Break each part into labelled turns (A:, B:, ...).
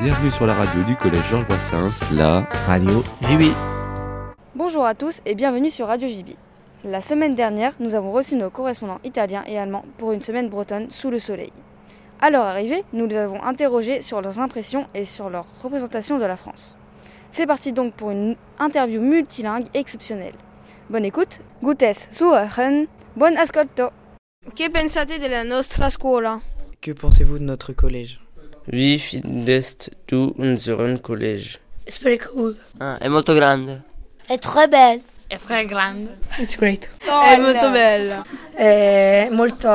A: Bienvenue sur la radio du collège Georges Brassens, la
B: Radio JB.
C: Bonjour à tous et bienvenue sur Radio JB. La semaine dernière, nous avons reçu nos correspondants italiens et allemands pour une semaine bretonne sous le soleil. À leur arrivée, nous les avons interrogés sur leurs impressions et sur leur représentation de la France. C'est parti donc pour une interview multilingue exceptionnelle. Bonne écoute, gutes zuhören, bon ascolto.
D: Che pensate della nostra scuola?
E: Que pensez-vous de notre collège
F: Wie findest du unseren College?
G: It's pretty cool.
H: Ah, è molto grande.
I: È très belle.
J: È très grande.
K: It's great.
L: È molto bella.
M: È molto,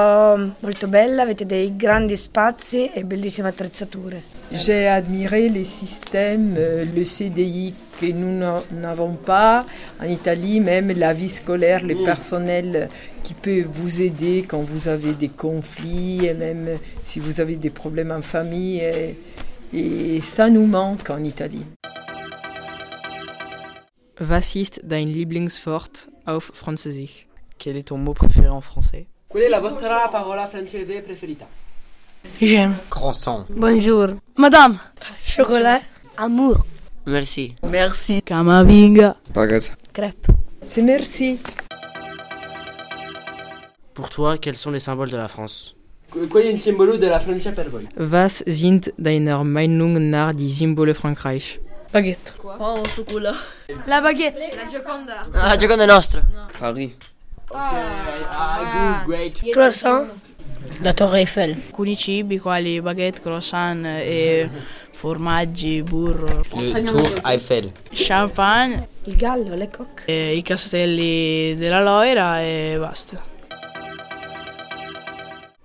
M: molto bella, avete dei grandi spazi e bellissime attrezzature.
N: J'ai admiré les systèmes, euh, le CDI que nous n'avons pas en Italie, même la vie scolaire, le personnel qui peut vous aider quand vous avez des conflits et même si vous avez des problèmes en famille. Et, et ça nous manque en Italie.
O: Was ist dein Lieblingswort auf Französisch?
E: Quel est ton mot préféré en français
P: Quelle est la vostra parola francese preferita?
Q: J'aime.
R: Croissant.
Q: Bonjour.
S: Madame.
Q: Chocolat.
S: Amour.
H: Merci.
Q: Merci.
S: Kamavinga.
R: Baguette.
S: Crêpe.
N: C'est merci.
B: Pour toi, quels sont les symboles de la France
P: Quel est le symbole de la France per voi
O: Was sind deiner Meinung nach die Symbole Frankreich
K: Baguette.
T: Quoi Pain au chocolat.
U: La baguette.
D: La Gioconda.
H: Ah, la Gioconda est nostra. No.
F: Paris.
P: Okay. Ah, good, great.
Q: Croissant.
K: La Torre Eiffel.
Q: Alcuni cibi quali baguette, croissant e formaggi, burro.
H: Le Tour Eiffel.
Q: Champagne.
M: Il gallo, le coq.
Q: I castelli della Loira e basta.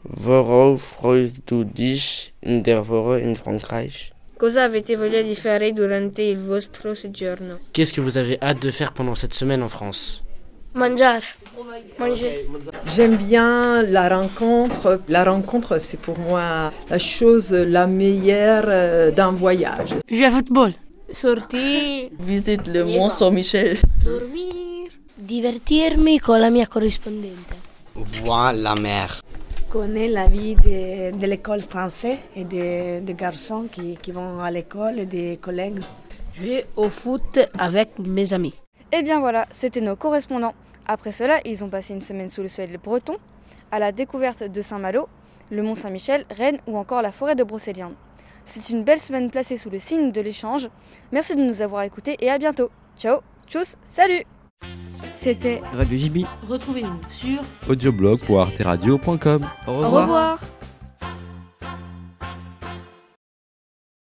F: Worauf freust du dich in der Woche in Frankreich?
D: Cosa avete voglia di fare durante il vostro soggiorno?
B: Qu'est-ce que vous avez hâte de faire pendant cette semaine en France?
Q: Mangiare.
D: Manger.
N: J'aime bien la rencontre. La rencontre, c'est pour moi la chose la meilleure euh, d'un voyage.
K: Jouer à football.
Q: Sortir.
T: Visite le Mont Saint-Michel.
S: Dormir. Divertirmi con la mia corrispondente.
H: Voir la mer.
M: Connais la vie de, de l'école française et des de garçons qui, qui vont à l'école et des collègues.
Q: Jouer au foot avec mes amis.
C: Et Eh bien voilà, c'était nos correspondants. Après cela, ils ont passé une semaine sous le soleil breton, à la découverte de Saint-Malo, le Mont Saint-Michel, Rennes ou encore la forêt de Brocéliande. C'est une belle semaine placée sous le signe de l'échange. Merci de nous avoir écoutés et à bientôt. Ciao, tchuss, salut
A: C'était Radio JB.
C: Retrouvez-nous sur
A: audioblog.arteradio.com.
C: Au revoir. Au revoir.